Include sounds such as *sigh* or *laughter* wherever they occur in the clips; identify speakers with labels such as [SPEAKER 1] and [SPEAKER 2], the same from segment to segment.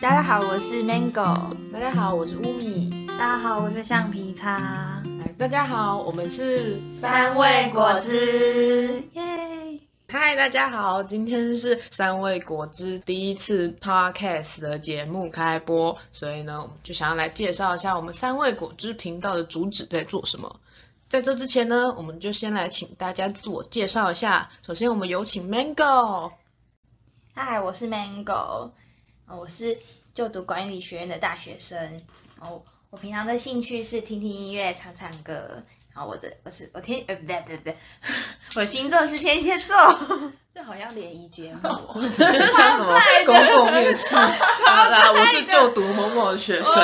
[SPEAKER 1] 大家好，我是 Mango。
[SPEAKER 2] 大家好，我是乌米。
[SPEAKER 3] 大家好，我是橡皮擦。
[SPEAKER 2] 哎，大家好，我们是
[SPEAKER 1] 三味果汁，
[SPEAKER 3] 耶！
[SPEAKER 2] 嗨，大家好，今天是三味果汁第一次 podcast 的节目开播，所以呢，我们就想要来介绍一下我们三味果汁频道的主旨在做什么。在这之前呢，我们就先来请大家自我介绍一下。首先，我们有请 *laughs* Mango。
[SPEAKER 1] 嗨，我是 Mango，呃我是就读管理学院的大学生。哦，我平常的兴趣是听听音乐、唱唱歌。然后我的我是我天呃不对不对不 *laughs* 对，我的星座是天蝎座，
[SPEAKER 3] *laughs* 这好像联谊节目、
[SPEAKER 1] *laughs*
[SPEAKER 2] 像什么工作面 *laughs* 试？好啦，我是就读某某的学生。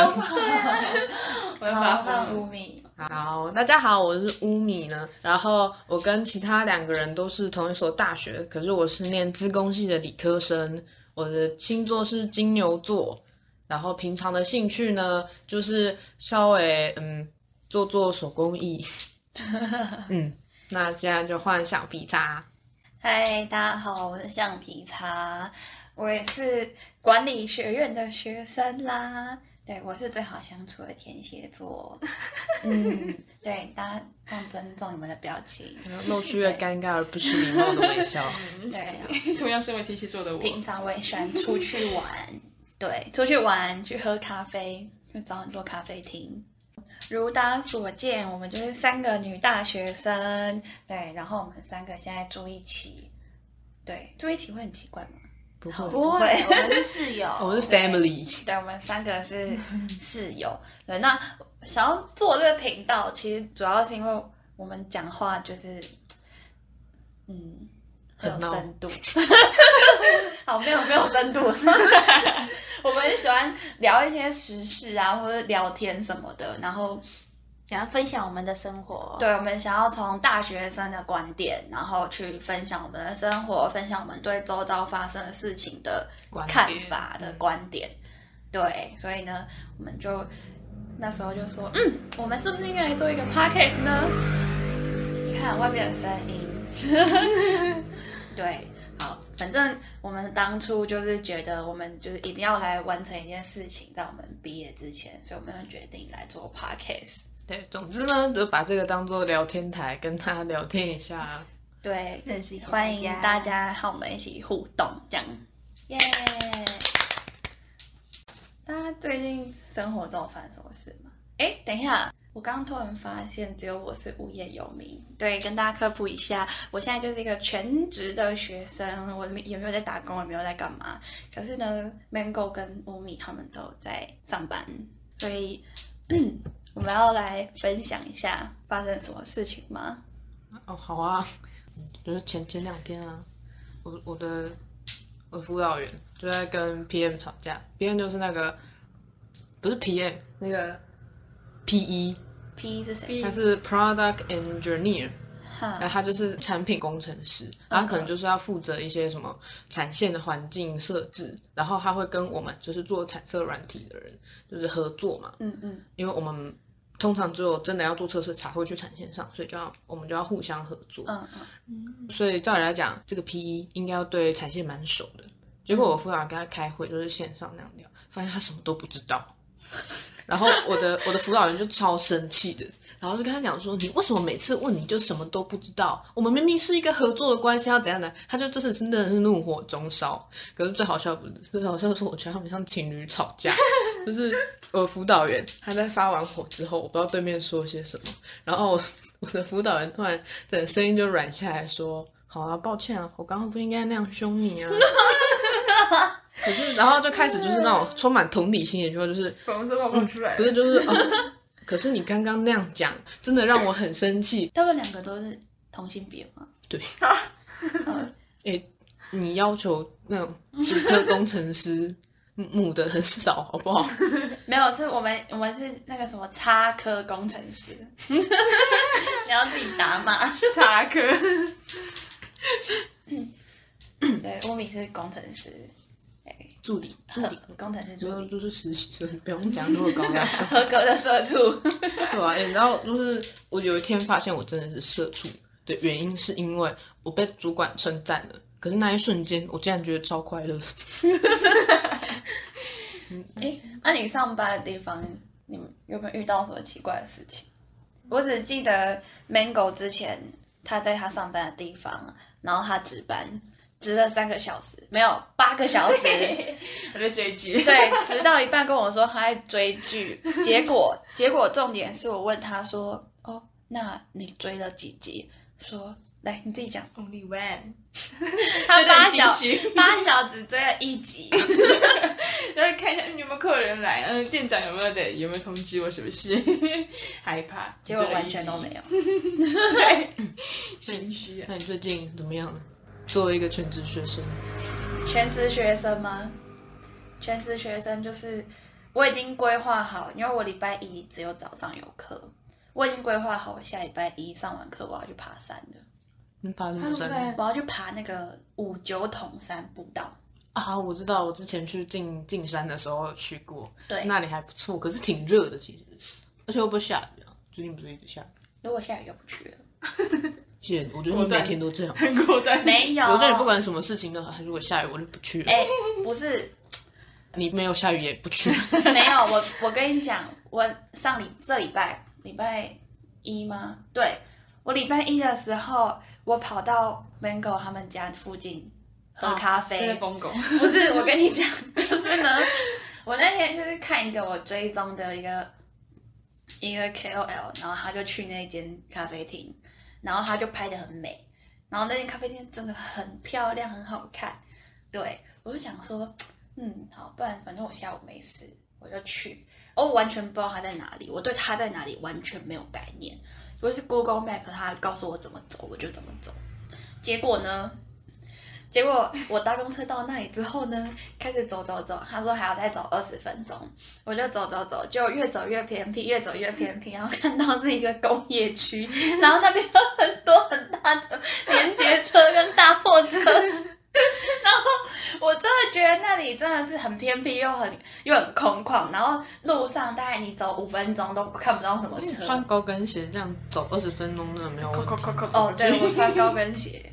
[SPEAKER 3] 我要
[SPEAKER 1] 发疯
[SPEAKER 3] 乌 *laughs* 米。
[SPEAKER 2] 好，大家好，我是乌米呢。然后我跟其他两个人都是同一所大学，可是我是念资工系的理科生，我的星座是金牛座。然后平常的兴趣呢，就是稍微嗯做做手工艺。嗯，那现在就换橡皮擦。
[SPEAKER 3] 嗨，大家好，我是橡皮擦，我也是管理学院的学生啦。对，我是最好相处的天蝎
[SPEAKER 4] *laughs*
[SPEAKER 3] 座。嗯，对，大家更尊重你们的表情。
[SPEAKER 2] 露出越尴尬而不失礼貌的微笑。
[SPEAKER 3] 对，
[SPEAKER 4] 嗯
[SPEAKER 3] 啊
[SPEAKER 4] 同样身为天蝎座的我，
[SPEAKER 3] 平常我也喜欢出去玩，
[SPEAKER 4] *laughs*
[SPEAKER 3] 对，出去玩去喝咖啡，去找很多咖啡厅。如大家所见，我们就是三个女大学生，对，然后我们三个现在住一起，对，住一起会很奇怪吗？
[SPEAKER 2] 不会，
[SPEAKER 3] 哦
[SPEAKER 1] 不会，我们是室友，
[SPEAKER 2] 我们是 family。
[SPEAKER 3] 对，我们三个是室友。对，那想要做这个频道，其实主要是因为我们讲话就是，嗯，很有
[SPEAKER 2] 很闹
[SPEAKER 3] 深度。 *laughs* 好，没有没有深度。 *laughs* 我们喜欢聊一些时事啊，或者聊天什么的，然后
[SPEAKER 1] *laughs* 想要分享我们的生活。
[SPEAKER 3] 对，我们想要从大学生的观点，然后去分享我们的生活，分享我们对周遭发生的事情的
[SPEAKER 2] 观点嗯
[SPEAKER 3] 看法的观点。对，所以呢，我们就那时候就说，嗯，我们是不是应该来做一个 podcast 呢？你看外面的声音， *laughs* 对，好，反正我们当初就是觉得我们就是一定要来完成一件事情，在我们毕业之前，所以我们就决定来做 podcast。
[SPEAKER 2] 对，总之呢，就把这个当做聊天台，跟他聊天一下。
[SPEAKER 3] 对，
[SPEAKER 1] 认识一下
[SPEAKER 3] 欢迎大家和我们一起互动，这样，耶、大家最近生活中有发生什么事吗？哎，等一下，我刚刚突然发现，只有我是无业游民。对，跟大家科普一下，我现在就是一个全职的学生，我也没有在打工，也没有在干嘛。可是呢，Mango 跟乌米他们都在上班，所以 *clears throat* 我们要来分享一下发生什么事情吗？
[SPEAKER 2] 哦，好啊，就是前前两天啊，我我的我的辅导员就在跟 PM 吵架，PM 就是那个不是 PM 那个 PE，
[SPEAKER 3] P 是谁？
[SPEAKER 2] 他是 Product Engineer，
[SPEAKER 3] 哈
[SPEAKER 2] 然后他就是产品工程师，然后可能就是要负责一些什么产线的环境设置，然后他会跟我们就是做产色软体的人就是合作嘛，
[SPEAKER 3] 嗯嗯，
[SPEAKER 2] 因为我们通常只有真的要做测试才会去产线上，所以就要我们就要互相合作。
[SPEAKER 3] 嗯嗯，
[SPEAKER 2] 所以照理来讲，这个 PE 应该要对产线蛮熟的。结果我辅导员跟他开会，就是线上那样聊，发现他什么都不知道。然后我的我的辅导员就超生气的，然后就跟他讲说：“你为什么每次问你就什么都不知道？我们明明是一个合作的关系，要怎样呢？”他就真的是真的是怒火中烧。可是最好笑的不是，最好笑的是我觉得他们像情侣吵架， *laughs* 就是我辅导员他在发完火之后，我不知道对面说些什么，然后我我的辅导员突然整个声音就软下来说：“好啊，抱歉啊，我刚刚不应该那样凶你 *laughs* 啊。”可是，然后就开始就是那种充满同理心的句话，就是
[SPEAKER 4] 粉红色泡泡出
[SPEAKER 1] *laughs*
[SPEAKER 4] 来
[SPEAKER 2] 不是就是哦，可是你刚刚那样讲，真的让我很生气。
[SPEAKER 3] 他们两个都是同性别吗？ *laughs*
[SPEAKER 2] 对，
[SPEAKER 3] 嗯
[SPEAKER 2] 诶，你要求那种理科工程师嗯母的很少，好不好？
[SPEAKER 3] 没有，是我们我们是那个什么插科工程师， *laughs* 你要自己打码。
[SPEAKER 4] 查克，
[SPEAKER 2] 嗯
[SPEAKER 3] 对，乌米是工程师，呃
[SPEAKER 2] 助理， *laughs* 助理，
[SPEAKER 3] 工程师
[SPEAKER 2] 主
[SPEAKER 3] 助
[SPEAKER 2] 要
[SPEAKER 3] 理，
[SPEAKER 2] 就是实习生，不用讲那么高大上。
[SPEAKER 3] 合格的社畜。
[SPEAKER 2] 对啊，欸你知道，就是我有一天发现我真的是社畜的原因，是因为我被主管称赞了，可是那一瞬间，我竟然觉得超快乐。
[SPEAKER 3] 诶，那、你上班的地方，你们有没有遇到什么奇怪的事情？我只记得 Mango 之前他在他上班的地方，然后他值班，值了三个小时，没有八个小时，
[SPEAKER 2] *laughs*
[SPEAKER 4] 还在追剧。
[SPEAKER 3] 对，直到一半跟我说他在追剧，结果 *laughs* 结果重点是我问他说：“哦，那你追了几集？”说来你自己讲，
[SPEAKER 1] Only one，
[SPEAKER 3] 他八
[SPEAKER 4] 心
[SPEAKER 3] 小
[SPEAKER 4] 虚
[SPEAKER 3] *laughs*
[SPEAKER 4] *laughs*
[SPEAKER 3] 八小时追了一集，
[SPEAKER 4] 然后看一下有没有客人来，嗯，店长有没有得有没有通知我什么事？ *laughs* 害怕，
[SPEAKER 3] 结果完全都没有。
[SPEAKER 4] 有，心虚啊。
[SPEAKER 2] 那你最近怎么样呢？作为一个全职学生，
[SPEAKER 3] 全职学生吗？全职学生就是我已经规划好，因为我礼拜一只有早上有课，我已经规划好我下礼拜一上完课我要去爬山了，
[SPEAKER 2] 你爬什
[SPEAKER 4] 他
[SPEAKER 2] 么
[SPEAKER 4] 们在
[SPEAKER 2] 山
[SPEAKER 3] 我要去爬那个五九桶山步道。
[SPEAKER 2] 啊？我知道，我之前去进进山的时候有去过，
[SPEAKER 3] 对
[SPEAKER 2] 那里还不错，可是挺热的其实，而且会不会下雨啊？最近不是一直下雨？
[SPEAKER 3] 如果下雨就不去了，
[SPEAKER 2] 谢谢，我觉得你每天都这样。
[SPEAKER 4] 很孤单，
[SPEAKER 3] 没有。
[SPEAKER 2] 我这里不管什么事情都，如果下雨我就不去了。
[SPEAKER 3] 哎、不是
[SPEAKER 2] 你没有下雨也不去，
[SPEAKER 4] *laughs*
[SPEAKER 3] 没有，我我跟你讲，我上礼这礼拜礼拜一吗？对，我礼拜一的时候，我跑到 Mango 他们家附近喝咖啡，
[SPEAKER 4] 真的哦疯狗。
[SPEAKER 3] 不是，我跟你讲，就是呢，我那天就是看一个我追踪的一个一个 KOL，然后他就去那间咖啡厅，然后他就拍的很美，然后那间咖啡厅真的很漂亮，很好看。对我就想说，嗯，好，不然反正我下午没事，我就去。哦，我完全不知道他在哪里，我对他在哪里完全没有概念。就是 Google Map，他告诉我怎么走，我就怎么走。结果呢，结果我搭公车到那里之后呢，开始走走走，他说还要再走二十分钟，我就走走走，就越走越偏僻，越走越偏僻，然后看到是一个工业区，然后那边有很多很大的连接车跟大货车。 *laughs* 然后我真的觉得那里真的是很偏僻又很又很空旷，然后路上大概你走五分钟都看不到什么车。
[SPEAKER 2] 穿高跟鞋这样走二十分钟真的没有问题。
[SPEAKER 3] 哦，
[SPEAKER 4] *laughs*
[SPEAKER 3] 对，我穿高跟鞋，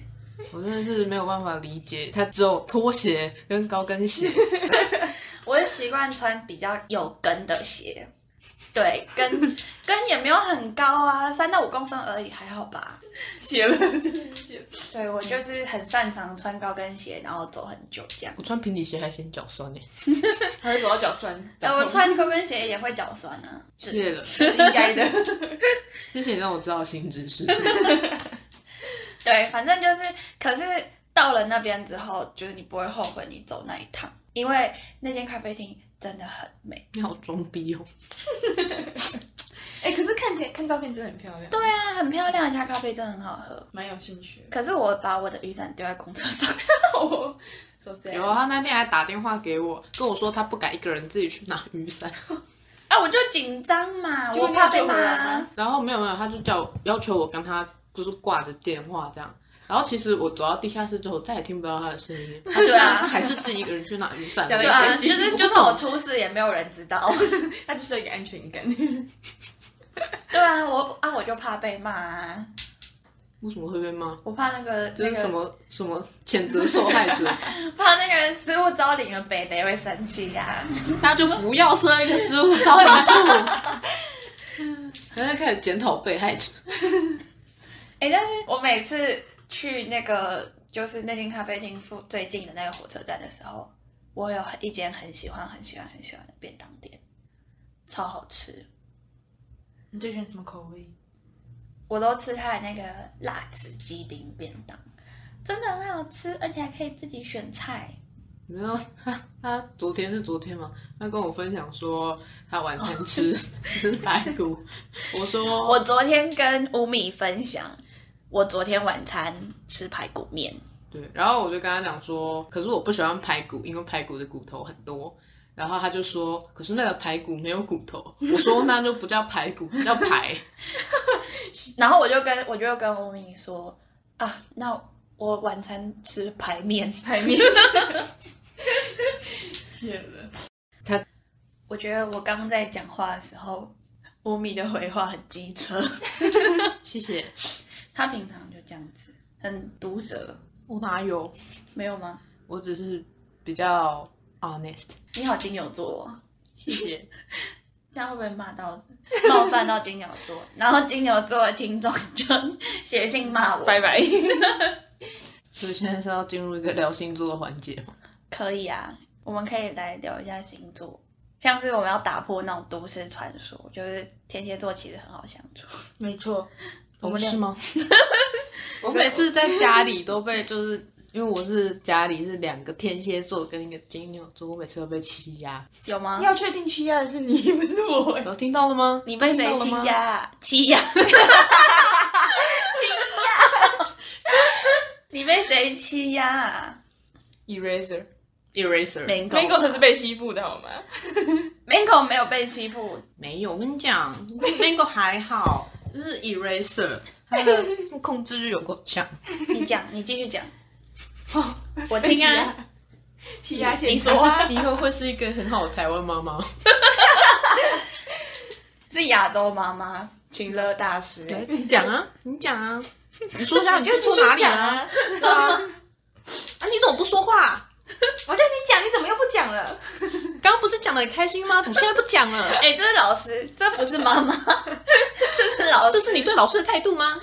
[SPEAKER 2] 我真的是没有办法理解，他只有拖鞋跟高跟鞋，
[SPEAKER 3] 我是习惯穿比较有跟的鞋。对，跟 *laughs* 跟也没有很高啊，三到五公分而已，还好
[SPEAKER 4] *laughs*
[SPEAKER 3] 吧。
[SPEAKER 4] 写了，真的写了。
[SPEAKER 3] 对我就是很擅长穿高跟鞋，然后走很久这样。
[SPEAKER 2] 我穿平底鞋还嫌脚酸欸呢、
[SPEAKER 4] 还会走到脚酸。
[SPEAKER 3] 呃，我穿高跟鞋也会脚酸啊，是
[SPEAKER 2] 谢了，
[SPEAKER 3] 是应该的。
[SPEAKER 2] 谢谢你让我知道新知识。 *laughs*
[SPEAKER 3] 对，反正就是，可是到了那边之后，就是你不会后悔你走那一趟，因为那间咖啡厅真的很美。
[SPEAKER 2] 你好装逼哦！
[SPEAKER 4] *laughs* 哎，可是看起来看照片真的很漂亮，
[SPEAKER 3] 对啊，很漂亮，一家咖啡真的很好喝。
[SPEAKER 4] 蛮有兴趣的。
[SPEAKER 3] 可是我把我的雨伞丢在公车上。 *laughs*
[SPEAKER 4] 哦，说谁？
[SPEAKER 2] 有啊，他那天还打电话给我，跟我说他不敢一个人自己去拿雨伞，
[SPEAKER 3] 啊，我就紧张嘛，
[SPEAKER 4] 结果
[SPEAKER 3] 我
[SPEAKER 4] 你
[SPEAKER 3] 怕被
[SPEAKER 4] 有救回来
[SPEAKER 3] 骂啊
[SPEAKER 4] 吗。
[SPEAKER 2] 然后没有没有，他就叫我要求我跟他就是挂着电话这样。然后其实我走到地下室之后，再也听不到他的声音。他就
[SPEAKER 3] 对啊
[SPEAKER 2] 他还是自己一个人去拿雨伞。
[SPEAKER 4] 讲得
[SPEAKER 3] 对
[SPEAKER 4] 有
[SPEAKER 3] 啊，
[SPEAKER 4] 点
[SPEAKER 3] 就
[SPEAKER 4] 心
[SPEAKER 3] 是
[SPEAKER 4] 我
[SPEAKER 3] 就算我出事也没有人知道。
[SPEAKER 4] 他就是要一个安全感。
[SPEAKER 3] 对啊，我啊我就怕被骂啊，
[SPEAKER 2] 为什么会被骂？
[SPEAKER 3] 我怕那个
[SPEAKER 2] 就
[SPEAKER 3] 那
[SPEAKER 2] 是
[SPEAKER 3] 个
[SPEAKER 2] 什么、什么谴责受害者，
[SPEAKER 3] *laughs* 怕那个失物招领的北北会生气啊呀、
[SPEAKER 2] 那就不要设一个失误招领处。然后就开始检讨被害者，
[SPEAKER 3] 哎、但是我每次去那个就是那间咖啡厅附最近的那个火车站的时候，我有一间很喜欢很喜欢很喜欢的便当店，超好吃。
[SPEAKER 4] 你最喜欢什么口味？
[SPEAKER 3] 我都吃它的那个辣子鸡丁便当，真的很好吃，而且还可以自己选菜。
[SPEAKER 2] 你知道他他昨天是昨天嘛？他跟我分享说他晚餐吃 *laughs* 吃排骨，我说
[SPEAKER 3] 我昨天跟吴米分享，我昨天晚餐吃排骨面，
[SPEAKER 2] 对，然后我就跟他讲说，可是我不喜欢排骨，因为排骨的骨头很多。然后他就说，可是那个排骨没有骨头。我说那就不叫排骨，叫排。
[SPEAKER 3] 然后我就跟我就跟吴米说啊，那我晚餐吃排面。
[SPEAKER 4] 排面。谢了，
[SPEAKER 3] 我觉得我刚刚在讲话的时候，吴米的回话很机车，
[SPEAKER 2] *laughs*
[SPEAKER 3] *laughs*
[SPEAKER 2] 谢谢。
[SPEAKER 3] 他平常就这样子，很毒舌，
[SPEAKER 2] 我哪有？
[SPEAKER 3] 没有吗？
[SPEAKER 2] 我只是比较 honest。
[SPEAKER 3] 你好金牛座、哦，
[SPEAKER 2] 谢谢。
[SPEAKER 3] 这样会不会骂到冒犯到金牛座？ *laughs* 然后金牛座的听众就写信骂我，
[SPEAKER 4] 拜。拜。
[SPEAKER 2] 所以现在是要进入一个聊星座的环节吗？
[SPEAKER 3] 可以啊，我们可以来聊一下星座，像是我们要打破那种都市传说，就是天蝎座其实很好相处。
[SPEAKER 1] 没错，我
[SPEAKER 2] 哦
[SPEAKER 1] 们
[SPEAKER 2] 是
[SPEAKER 1] 俩
[SPEAKER 2] *laughs* 吗？我每次在家里都被就是。因为我是家里是两个天蝎座跟一个金牛座，我每次都被欺压。
[SPEAKER 3] 有吗？
[SPEAKER 1] 要确定欺压的是你，不是我。
[SPEAKER 3] *laughs*
[SPEAKER 2] 有听到了吗？
[SPEAKER 3] 你被谁
[SPEAKER 2] 听到了
[SPEAKER 3] 欺
[SPEAKER 2] 吗？
[SPEAKER 3] 压啊？欺
[SPEAKER 4] *laughs*
[SPEAKER 3] 压？欺压？你被谁欺压啊？
[SPEAKER 4] Eraser，
[SPEAKER 2] Eraser
[SPEAKER 3] 门口
[SPEAKER 4] 那个可是被欺负的好吗？
[SPEAKER 3] 门口没有被欺负，
[SPEAKER 2] 没有，我跟你讲，Mango 还好，就是 Eraser 它的控制欲有够 *laughs* 强。
[SPEAKER 3] 你讲，你继续讲，
[SPEAKER 4] 我
[SPEAKER 3] 听啊，
[SPEAKER 4] 欺
[SPEAKER 3] *laughs*
[SPEAKER 4] 压
[SPEAKER 3] 你
[SPEAKER 4] 现
[SPEAKER 3] 说
[SPEAKER 4] 场。 *laughs*
[SPEAKER 3] 啊，
[SPEAKER 2] 你以后会是一个很好的台湾妈妈。
[SPEAKER 3] 是亚洲妈妈群乐大师，
[SPEAKER 2] 对你讲啊，你讲啊，你说一下你
[SPEAKER 4] 就
[SPEAKER 2] 就错哪里
[SPEAKER 4] 讲
[SPEAKER 2] 啊？
[SPEAKER 3] *laughs*
[SPEAKER 4] 啊？
[SPEAKER 2] 对啊，啊你怎么不说话、
[SPEAKER 4] 我叫你讲，你怎么又不讲了？
[SPEAKER 2] 刚刚不是讲的很开心吗？怎么现在不讲 *laughs* 了？
[SPEAKER 3] 哎、这是老师，这不是
[SPEAKER 4] *laughs*
[SPEAKER 3] 妈妈，这是老师。
[SPEAKER 2] 这是你对老师的态度吗？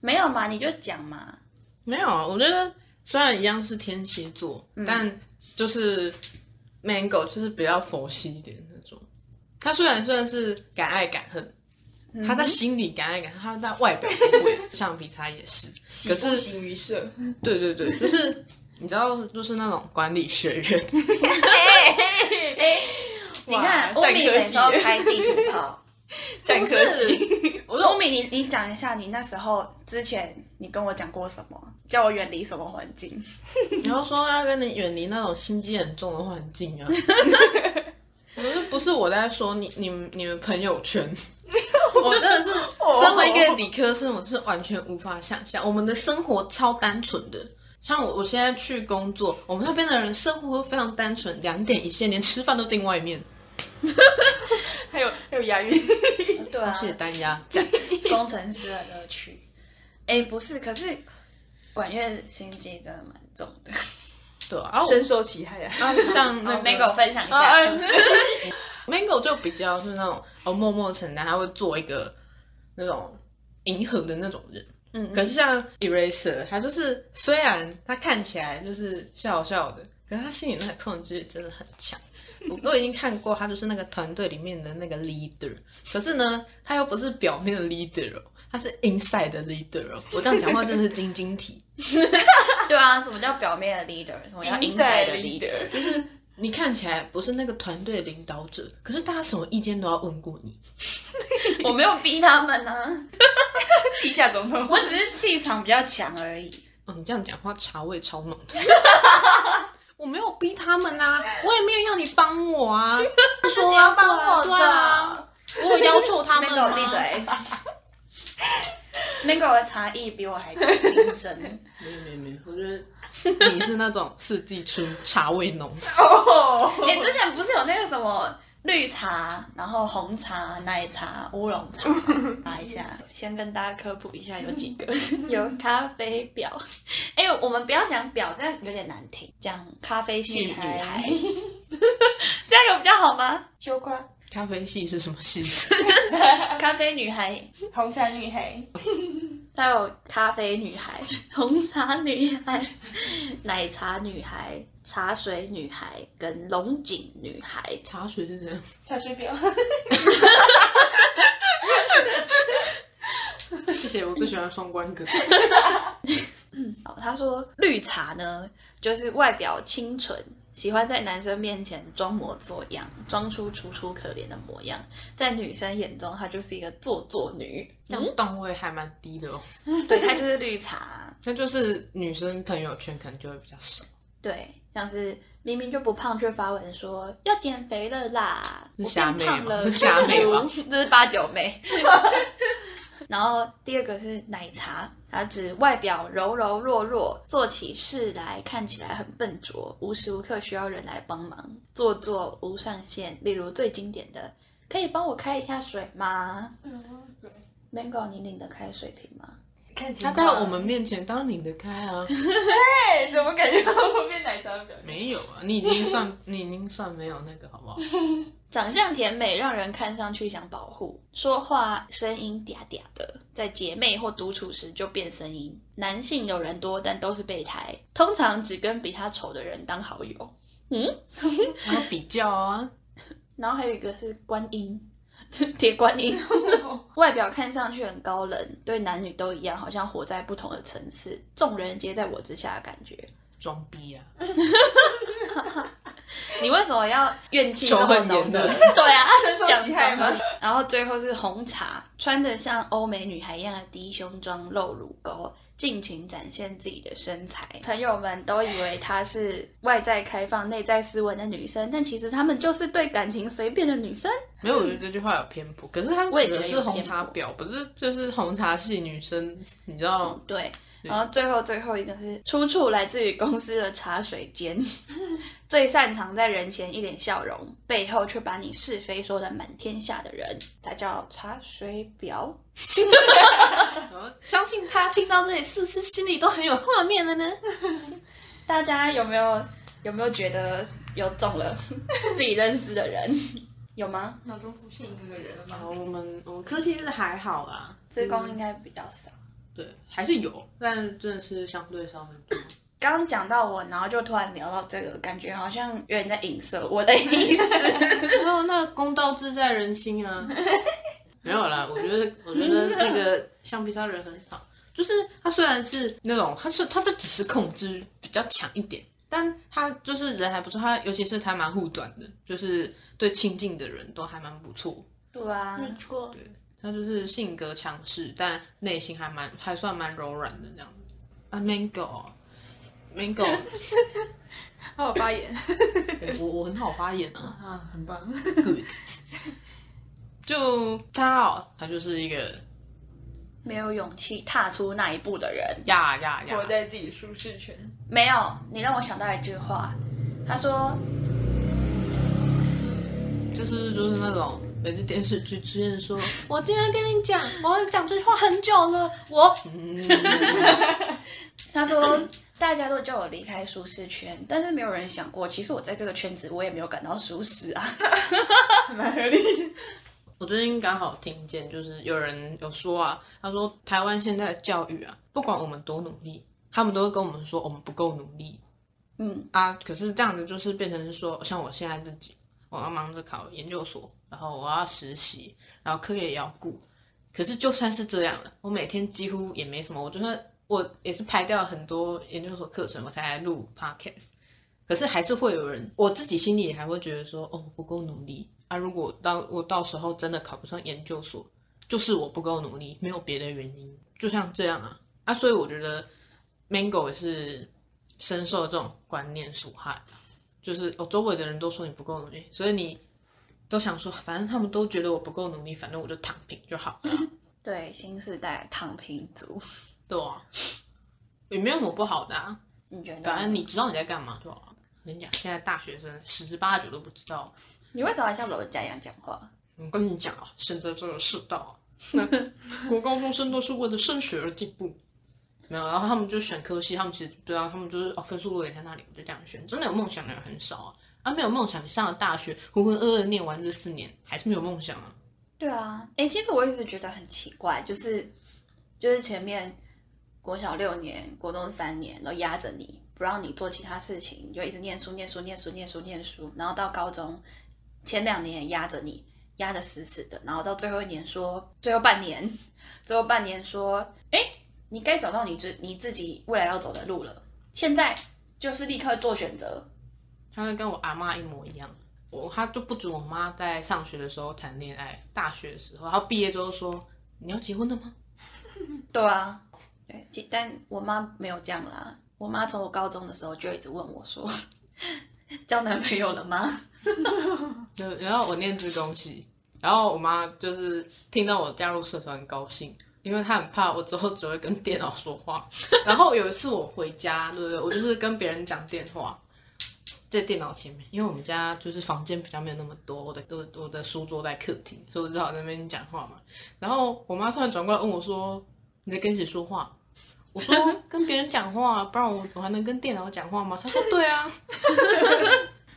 [SPEAKER 3] 没有嘛？你就讲嘛。
[SPEAKER 2] 没有，啊，我觉得虽然一样是天蝎座，但就是 Mango 就是比较佛系一点那种。他虽然算是敢爱敢恨，他在心里敢爱敢恨，他在外表不会。橡皮擦也是，可
[SPEAKER 4] 不
[SPEAKER 2] 是
[SPEAKER 4] 形于色，
[SPEAKER 2] 对对对，就是你知道，就是那种管理学院，
[SPEAKER 3] 哎、你看乌
[SPEAKER 4] 哇
[SPEAKER 3] 米
[SPEAKER 4] 占科
[SPEAKER 3] 每
[SPEAKER 4] 系
[SPEAKER 3] 次都开地图炮，
[SPEAKER 4] 占科系。
[SPEAKER 3] 我说乌米，你你讲一下，你那时候之前你跟我讲过什么？叫我远离什么环境？
[SPEAKER 2] 然后说要跟你远离那种心机很重的环境啊。不是不是我在说你你们你们朋友圈，我真的是身为一个理科生，我是完全无法想象我们的生活超单纯的。像我我现在去工作，我们那边的人生活都非常单纯，两点一线，连吃饭都订外面，
[SPEAKER 4] 还有还有押
[SPEAKER 3] *laughs*
[SPEAKER 4] 韵，
[SPEAKER 3] 对啊
[SPEAKER 2] 而，且单压赞。
[SPEAKER 3] 工程师的乐趣。哎、不是，可是管乐心机真的蛮重的。
[SPEAKER 2] 对啊，然后
[SPEAKER 4] 深受其害啊！
[SPEAKER 2] 然后像那
[SPEAKER 3] 那
[SPEAKER 2] 个
[SPEAKER 3] 那个我分享一
[SPEAKER 4] *laughs*
[SPEAKER 1] 哦
[SPEAKER 3] *laughs*
[SPEAKER 4] 啊
[SPEAKER 3] 下，
[SPEAKER 1] 哎
[SPEAKER 4] 啊
[SPEAKER 2] Mango 就比较是那种哦默默承担，他会做一个那种迎合的那种人。
[SPEAKER 3] 嗯
[SPEAKER 2] 可是像 Eraser，他就是虽然他看起来就是笑笑的，可是他心里那个控制欲真的很强。我我已经看过他就是那个团队里面的那个 leader，可是呢，他又不是表面的 leader 哦，他是 inside 的 leader 哦。我这样讲话真的是晶晶体，
[SPEAKER 3] 对啊，什么叫表面的 leader？什么叫 inside 的 leader？
[SPEAKER 4] leader， *laughs*
[SPEAKER 2] 就是你看起来不是那个团队的领导者，可是大家什么意见都要问过你。
[SPEAKER 3] 我没有逼他们啊，
[SPEAKER 4] 地下总统，
[SPEAKER 3] 我只是气场比较强而已。
[SPEAKER 2] 哦，你这样讲话茶味超浓的。我没有逼他们啊，我也没有要你帮我啊，不说要帮
[SPEAKER 4] 我的
[SPEAKER 2] 对啊，我有要求他们
[SPEAKER 3] Mango
[SPEAKER 2] 吗？
[SPEAKER 3] 闭嘴。Mango 的茶艺比我还精深，
[SPEAKER 2] 没有没有没有，我觉得你是那种四季春茶味浓，
[SPEAKER 4] *laughs* 哦，
[SPEAKER 3] *laughs* 哎、之前不是有那个什么绿茶，然后红茶、奶茶、乌龙茶，查一下，先跟大家科普一下有几个，有咖啡表，哎、我们不要讲表，这样有点难听，讲咖啡系
[SPEAKER 2] 女
[SPEAKER 3] 女
[SPEAKER 2] 孩
[SPEAKER 3] 孩， *laughs* 这样有比较好吗？
[SPEAKER 4] 秋瓜、
[SPEAKER 2] *laughs* 咖啡系是什么系？
[SPEAKER 3] 咖啡女孩，
[SPEAKER 4] 红茶女孩、
[SPEAKER 3] 还有咖啡女孩、红茶女孩、奶茶女孩、茶水女孩跟龙井女孩。
[SPEAKER 2] 茶水是这样，
[SPEAKER 4] 茶水表，
[SPEAKER 2] 谢谢，我最喜欢双 *laughs* 关哥。
[SPEAKER 3] 哦，他说绿茶呢，就是外表清纯，喜欢在男生面前装模作样，装出楚楚可怜的模样，在女生眼中，她就是一个做作女。 *laughs*
[SPEAKER 2] 这样段位还蛮低的哦，
[SPEAKER 3] 对，她就是绿茶。
[SPEAKER 2] 那就是女生朋友圈可能就会比较少，
[SPEAKER 3] 对，像是明明就不胖，却发文说要减肥了啦，
[SPEAKER 2] 是
[SPEAKER 3] 我
[SPEAKER 2] 虾
[SPEAKER 3] 变
[SPEAKER 2] 妹
[SPEAKER 3] 胖
[SPEAKER 2] 吧
[SPEAKER 3] 了，
[SPEAKER 2] 是虾妹吧
[SPEAKER 3] *laughs* 这是八九妹。 *laughs* 然后第二个是奶茶，它指外表柔柔弱弱，做起事来看起来很笨拙，无时无刻需要人来帮忙，做作无上限。例如最经典的，可以帮我开一下水吗？Mango，你领得开水瓶吗？
[SPEAKER 4] 看情
[SPEAKER 2] 他
[SPEAKER 4] 况
[SPEAKER 2] 在我们面前当你的开啊，
[SPEAKER 4] 哎，怎么感觉到后面奶茶的表情？
[SPEAKER 2] 没有啊，你已经算 *laughs* 你已经算没有那个好 *laughs* 不好？
[SPEAKER 3] 长相甜美，让人看上去想保护；说话声音嗲嗲的，在姐妹或独处时就变声音。男性有人多，但都是备胎，通常只跟比他丑的人当好友。嗯，
[SPEAKER 2] 还要比较啊，
[SPEAKER 3] 然后还有一个是观音， *laughs* 铁观 *laughs* 音，外表看上去很高冷，对男女都一样，好像活在不同的层次，众人皆在我之下的感觉。
[SPEAKER 2] 装逼啊，
[SPEAKER 3] *laughs* 你为什么要怨气那
[SPEAKER 2] 仇
[SPEAKER 3] 么
[SPEAKER 2] 恨
[SPEAKER 3] 浓
[SPEAKER 2] 言
[SPEAKER 3] 的
[SPEAKER 2] 论？
[SPEAKER 3] *laughs* 对啊，
[SPEAKER 4] 深 *laughs* 受
[SPEAKER 3] 讲
[SPEAKER 4] 其害吗
[SPEAKER 3] 到了然后最后是红茶，穿得像欧美女孩一样的低胸装、露乳沟，尽情展现自己的身材。朋友们都以为她是外在开放、内在斯文的女生，但其实她们就是对感情随便的女生。
[SPEAKER 2] 没有，我觉得这句话有偏颇，可是他
[SPEAKER 3] 我也
[SPEAKER 2] 指
[SPEAKER 3] 觉
[SPEAKER 2] 的
[SPEAKER 3] 得
[SPEAKER 2] 是
[SPEAKER 3] 有
[SPEAKER 2] 红
[SPEAKER 3] 偏
[SPEAKER 2] 茶
[SPEAKER 3] 颇
[SPEAKER 2] 婊，不是就是红茶系女生，你知道
[SPEAKER 3] 嗯，对。
[SPEAKER 2] 对
[SPEAKER 3] 然后最后最后一个是出处来自于公司的茶水间，最擅长在人前一脸笑容，背后却把你是非说的满天下的人，他叫茶水婊。
[SPEAKER 2] 然后 *laughs* 相信他听到这里，是不是心里都很有画面了呢？
[SPEAKER 3] 大家有没有有没有觉得有中了自己认识的人？有吗？
[SPEAKER 4] 脑中浮现一个个人了
[SPEAKER 2] 啊，
[SPEAKER 4] 吗？
[SPEAKER 2] 我们我们科系是还好啦，嗯
[SPEAKER 3] 自贡应该比较少。
[SPEAKER 2] 对，还是有，但真的是相对少 *laughs* 很多。
[SPEAKER 3] 刚刚讲到我，然后就突然聊到这个，感觉好像有点在影射我的意思。
[SPEAKER 2] 没有，哦那公道自在人心 *laughs* 啊。没有啦，我觉得我觉得那个橡皮擦人很好，就是他虽然是那种，他是他就只是控制比较强一点，但他就是人还不错，他尤其是他蛮护短的，就是对亲近的人都还蛮不错。
[SPEAKER 3] 对啊，
[SPEAKER 1] 错，
[SPEAKER 2] 他就是性格强势，但内心还蛮还算蛮柔软的这样子。啊，Mango，Mango， *laughs*
[SPEAKER 4] 好，我发言
[SPEAKER 2] 对我我很好发言 *laughs* 啊。
[SPEAKER 4] 啊，很 *laughs* 棒。
[SPEAKER 2] good。就他哦，他就是一个
[SPEAKER 3] 没有勇气踏出那一步的人，
[SPEAKER 2] 呀呀呀
[SPEAKER 4] 活，在自己舒适圈，
[SPEAKER 3] 没有。你让我想到一句话，他说
[SPEAKER 2] 就是就是那种每次电视剧出现说， *laughs* 我今天跟你讲，我要讲这句话很久了，我，嗯、*laughs*
[SPEAKER 3] 他说大家都叫我离开舒适圈，但是没有人想过，其实我在这个圈子我也没有感到舒适
[SPEAKER 2] *laughs*
[SPEAKER 3] 啊。
[SPEAKER 4] 蛮合理的。
[SPEAKER 2] 我最近刚好听见，就是有人有说啊，他说台湾现在的教育啊，不管我们多努力，他们都会跟我们说我们不够努力，
[SPEAKER 3] 嗯，
[SPEAKER 2] 啊，可是这样子就是变成是说，像我现在自己，我要忙着考研究所，然后我要实习，然后课业也要顾。可是就算是这样了，我每天几乎也没什么，我就算我也是排掉很多研究所课程，我才来录 podcast。可是还是会有人，我自己心里还会觉得说，哦，我不够努力啊！如果当我到时候真的考不上研究所，就是我不够努力，没有别的原因，就像这样啊啊！所以我觉得 Mango 也是深受这种观念所害，就是我、哦、周围的人都说你不够努力，所以你都想说，反正他们都觉得我不够努力，反正我就躺平就好了啊，
[SPEAKER 3] 对，新时代躺平族，
[SPEAKER 2] 对啊，也没有什么不好的啊，
[SPEAKER 3] 你觉得呢？
[SPEAKER 2] 反正你知道你在干嘛就好了。我跟你讲，现在大学生十之八九都不知道。
[SPEAKER 3] 你为什么还像老人家一样讲话？
[SPEAKER 2] 我跟你讲啊，现在这个世道啊，那国高中生都是为了升学而进步，没有，然后他们就选科系，他们其实对啊，他们就是哦分数落点在那里，我就这样选。真的有梦想的人很少啊，啊没有梦想，你上了大学浑浑噩噩念完这四年，还是没有梦想啊。
[SPEAKER 3] 对啊，哎，其实我一直觉得很奇怪，就是就是前面国小六年、国中三年都压着你，不让你做其他事情，你就一直念书、念书、念书、念书、念书，然后到高中前两年也压着你，压得死死的，然后到最后一年说，最后半年， *laughs* 最后半年说，哎，你该找到你自你自己未来要走的路了，现在就是立刻做选择，
[SPEAKER 2] 他就跟我阿妈一模一样，我他就不准我妈在上学的时候谈恋爱，大学的时候，她毕业之后说你要结婚了吗？
[SPEAKER 3] 对啊，对，其但我妈没有这样啦。我妈从我高中的时候就一直问我说：“ *laughs* 交男朋友了吗
[SPEAKER 2] 对，然后我念这东西，然后我妈就是听到我加入社团很高兴，因为她很怕我之后只会跟电脑说话。 *laughs* 然后有一次我回家，对不对？我就是跟别人讲电话，在电脑前面，因为我们家就是房间比较没有那么多，我的我我的书桌在客厅，所以我只好在那边讲话嘛。然后我妈突然转过来问我说：“你在跟谁说话？” *laughs* 我说：“跟别人讲话，不然我我还能跟电脑讲话吗？”他说：“对啊。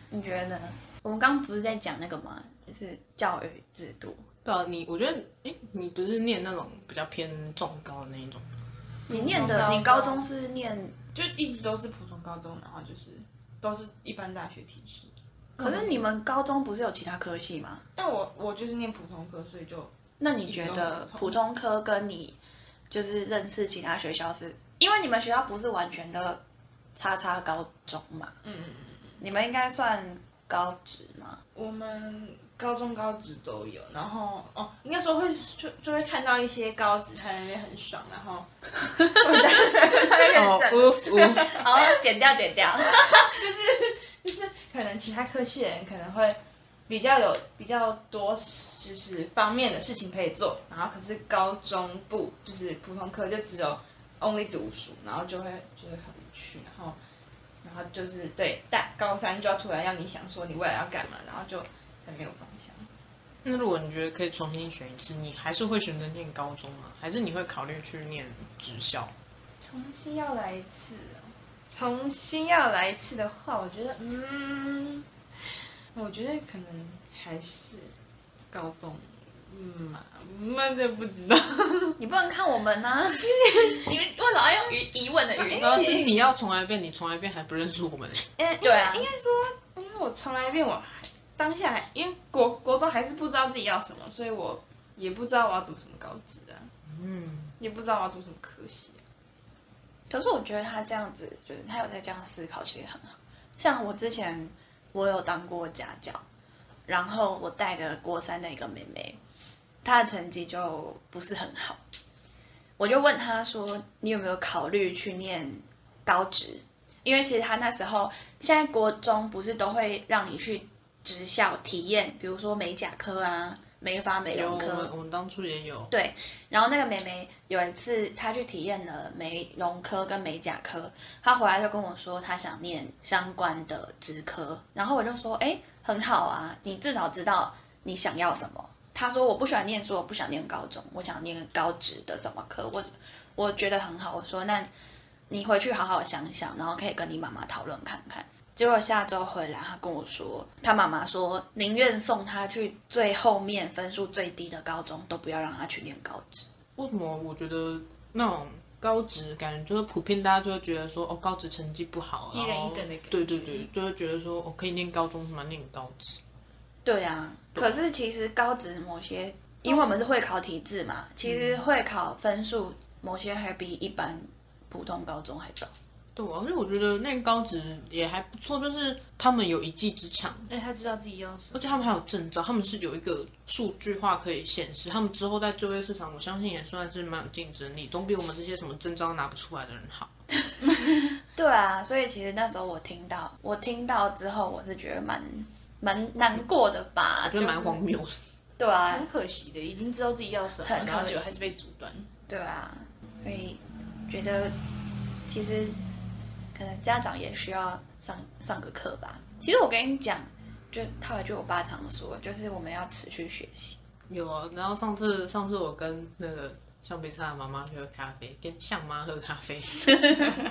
[SPEAKER 3] 你觉得呢？我们刚刚不是在讲那个吗？就是教育制度，”
[SPEAKER 2] 对啊，你我觉得，诶，你不是念那种比较偏重高的那一种？
[SPEAKER 3] 你念的
[SPEAKER 4] 高中
[SPEAKER 3] 你高中是念，
[SPEAKER 4] 就一直都是普通高中，然后就是都是一般大学体系。
[SPEAKER 3] 可是你们高中不是有其他科系吗？
[SPEAKER 4] 但我我就是念普通科，所以就
[SPEAKER 3] 那你觉得普通科跟你就是认识其他学校是，因为你们学校不是完全的叉叉高中嘛？
[SPEAKER 4] 嗯，
[SPEAKER 3] 你们应该算高职嘛？
[SPEAKER 4] 我们高中高职都有，然后哦，应该说会就就会看到一些高职他在那边很爽，然后他在那
[SPEAKER 2] 哦
[SPEAKER 4] 边整
[SPEAKER 2] 我我
[SPEAKER 3] 好，哦剪掉剪掉。
[SPEAKER 4] 就是可能其他科系的人可能会比较有比较多就是方面的事情可以做，然后可是高中部就是普通科就只有 only 读书，然后就会觉得很无趣，然后然后就是对大高三就要突然要你想说你未来要干嘛，然后就很没有方向。
[SPEAKER 2] *laughs* 那如果你觉得可以重新选一次，你还是会选择念高中吗？还是你会考虑去念职校？
[SPEAKER 4] 重新要来一次哦，重新要来一次的话，我觉得嗯，我觉得可能还是高中。嗯嘛，那就不知道。
[SPEAKER 3] 你不能看我们呐、你们为什么要用疑疑问的语
[SPEAKER 2] 主要
[SPEAKER 3] 气？
[SPEAKER 2] 呃是你要从来变，你从来变还不认识我们、欸。
[SPEAKER 4] 嗯，
[SPEAKER 3] 对啊
[SPEAKER 4] 应该说，因为我从来变我还当下还因为国国中还是不知道自己要什么，所以我也不知道我要读什么高职啊，
[SPEAKER 2] 嗯，
[SPEAKER 4] 也不知道我要读什么科系、啊。
[SPEAKER 3] 可是我觉得他这样子，就是他有在这样思考，其实很好。像我之前我有当过家教，然后我带的国三的一个妹妹，她的成绩就不是很好，我就问她说：“你有没有考虑去念高职？”因为其实她那时候现在国中不是都会让你去职校体验，比如说美甲科啊、美发美
[SPEAKER 2] 有
[SPEAKER 3] 容
[SPEAKER 2] 我
[SPEAKER 3] 科，
[SPEAKER 2] 们我们当初也有，
[SPEAKER 3] 对，然后那个妹妹有一次她去体验了美容科跟美甲科，她回来就跟我说她想念相关的职科，然后我就说，哎，很好啊，你至少知道你想要什么。她说我不喜欢念书，我不想念高中，我想念高职的什么科，我我觉得很好。我说那你回去好好想想，然后可以跟你妈妈讨论看看。结果下周回来，他跟我说，他妈妈说宁愿送他去最后面分数最低的高中，都不要让他去念高职。
[SPEAKER 2] 为什么我觉得那种高职感觉就是普遍大家就会觉得说，哦，高职成绩不好，啊
[SPEAKER 4] 一人
[SPEAKER 2] 然后
[SPEAKER 4] 一等的感觉
[SPEAKER 2] 对对对，就会觉得说，我、哦、可以念高中嘛，念高职。
[SPEAKER 3] 对啊，可是其实高职某些，因为我们是会考体制
[SPEAKER 2] 嗯
[SPEAKER 3] 嘛，其实会考分数某些还比一般普通高中还高。
[SPEAKER 2] 对，啊而且我觉得念高职也还不错，就是他们有一技之长，
[SPEAKER 4] 因为他知道自己要什
[SPEAKER 2] 而
[SPEAKER 4] 么，
[SPEAKER 2] 且他们还有证照，他们是有一个数据化可以显示，他们之后在就业市场，我相信也算是蛮有竞争力，总比我们这些什么证照拿不出来的人好。
[SPEAKER 3] 对啊，所以其实那时候我听到，我听到之后，我是觉得蛮蛮难过的吧，
[SPEAKER 2] 我觉得蛮荒谬的。
[SPEAKER 3] 就是。对啊，
[SPEAKER 4] 很可惜的，已经知道自己要什么，
[SPEAKER 3] 很可惜
[SPEAKER 4] 然后结果还是被阻断。
[SPEAKER 3] 对啊，所以觉得其实可能家长也需要上上个课吧。其实我跟你讲，就套一句我爸常说，就是我们要持续学习。
[SPEAKER 2] 有啊，然后上次上次我跟那个橡皮擦的妈妈去喝咖啡，跟象妈喝咖啡，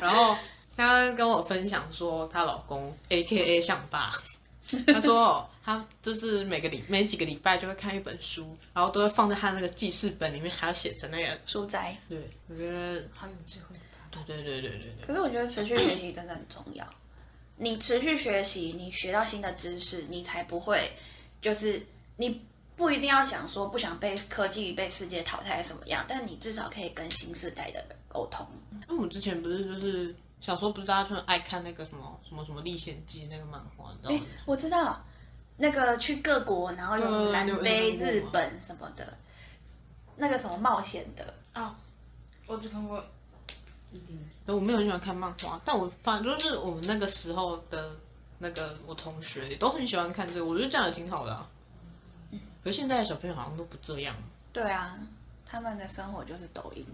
[SPEAKER 2] 然后她跟我分享说，她老公 A K A 象爸，她说哦她就是每个礼每几个礼拜就会看一本书，然后都会放在她那个记事本里面，还要写成那个。
[SPEAKER 3] 书斋，
[SPEAKER 2] 对，我觉得
[SPEAKER 4] 好有智慧的爸爸。
[SPEAKER 2] 对对对对对对。
[SPEAKER 3] 可是我觉得持续学习真的很重要。你持续学习，你学到新的知识，你才不会就是你不一定要想说不想被科技被世界淘汰怎么样，但你至少可以跟新时代的人沟通。
[SPEAKER 2] 那我们之前不是就是小时候不是大家就很爱看那个什么什么什么《历险记》那个漫画，你知道吗？
[SPEAKER 3] 我知道，那个去各国，然后有什么南非、
[SPEAKER 2] 嗯有有有有有
[SPEAKER 3] 日本什么的，那个什么冒险的，
[SPEAKER 4] 哦，我只看过一点点。
[SPEAKER 2] 我没有很喜欢看漫画，但我反正就是我们那个时候的那个我同学也都很喜欢看这个，我觉得这样也挺好的、啊。可是现在的小朋友好像都不这样。
[SPEAKER 3] 对啊，他们的生活就是抖音。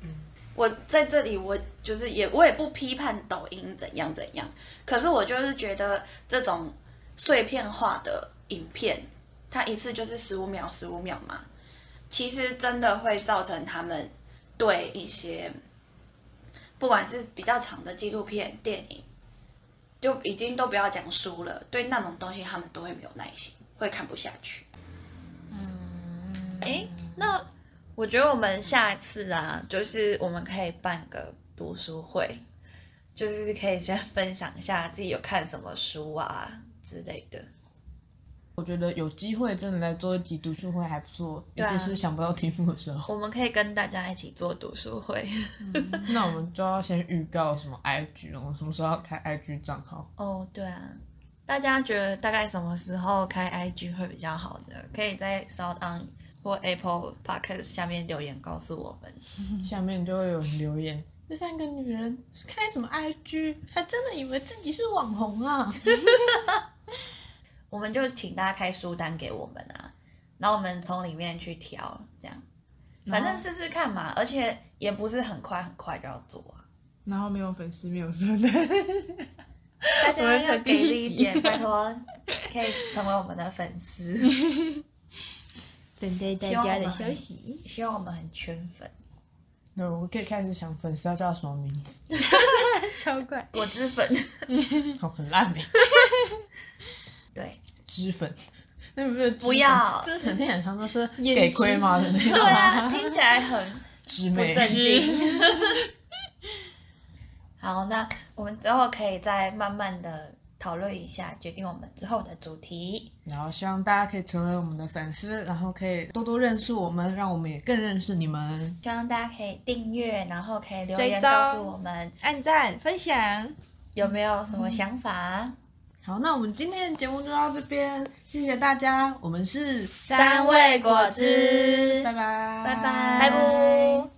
[SPEAKER 2] 嗯，
[SPEAKER 3] 我在这里，我就是也我也不批判抖音怎样怎样，可是我就是觉得这种碎片化的影片，它一次就是十五秒、十五秒嘛，其实真的会造成他们
[SPEAKER 5] 对一些，不管是比较长的纪录片、电影，就已经都不要讲书了，对那种东西他们都会没有耐心，会看不下去。
[SPEAKER 1] 嗯，
[SPEAKER 3] 诶那我觉得我们下次啊，就是我们可以办个读书会，就是可以先分享一下自己有看什么书啊之类的。
[SPEAKER 2] 我觉得有机会真的来做一集读书会还不错，尤
[SPEAKER 3] 啊
[SPEAKER 2] 其是想不到题目的时 *laughs* 候。
[SPEAKER 3] 我们可以跟大家一起做读书会
[SPEAKER 2] 那我们就要先预告什么 IG，我们什么时候要开 IG 账号？
[SPEAKER 3] *laughs* 哦。对啊，大家觉得大概什么时候开 IG 会比较好呢？可以在 Sound On 或 Apple Podcast 下面留言告诉我们。
[SPEAKER 2] 下面就会有人留言。这三个女人开什么 IG？还真的以为自己是网红啊！
[SPEAKER 3] 我们就请大家开书单给我们啊，然后我们从里面去挑，这样，反正试试看嘛，而且也不是很快很快就要做啊。
[SPEAKER 2] *laughs* 然后没有粉丝，没有 *laughs* 收的。
[SPEAKER 3] 大
[SPEAKER 2] 我
[SPEAKER 3] 家
[SPEAKER 2] 们才
[SPEAKER 3] 要给力
[SPEAKER 2] 第一
[SPEAKER 3] 一
[SPEAKER 2] 集
[SPEAKER 3] 点，拜托，可以成为我们的粉丝， *laughs*
[SPEAKER 1] 等待大
[SPEAKER 3] 希望
[SPEAKER 1] 家
[SPEAKER 3] 我
[SPEAKER 1] 的
[SPEAKER 3] 们
[SPEAKER 1] 消息。
[SPEAKER 3] 希望我们很圈粉。
[SPEAKER 2] 那我可以开始想粉丝要叫什么名字，
[SPEAKER 1] 超快，
[SPEAKER 3] 果汁粉，
[SPEAKER 2] 好很烂哎、
[SPEAKER 3] 对，
[SPEAKER 2] 脂粉，那不是脂粉
[SPEAKER 3] 不要
[SPEAKER 2] 脂粉，听起来像
[SPEAKER 3] *laughs*
[SPEAKER 2] 说是给亏吗的那种。
[SPEAKER 3] 对啊，听起来很
[SPEAKER 2] 脂
[SPEAKER 3] 不
[SPEAKER 2] 妹，
[SPEAKER 3] 正经。 *laughs* 好，那我们之后可以再慢慢的讨论一下，决定我们之后的主题。
[SPEAKER 2] 然后希望大家可以成为我们的粉丝，然后可以多多认识我们，让我们也更认识你们。
[SPEAKER 3] 希望大家可以订阅，然后可以留
[SPEAKER 1] 追
[SPEAKER 3] 言
[SPEAKER 1] 踪
[SPEAKER 3] 告诉我们
[SPEAKER 1] 按赞分享，嗯
[SPEAKER 3] 有没有什么想法。
[SPEAKER 2] 好，那我们今天的节目就到这边，谢谢大家，我们是
[SPEAKER 1] 三味果汁，
[SPEAKER 2] 拜拜，
[SPEAKER 3] 拜拜，
[SPEAKER 1] 拜拜。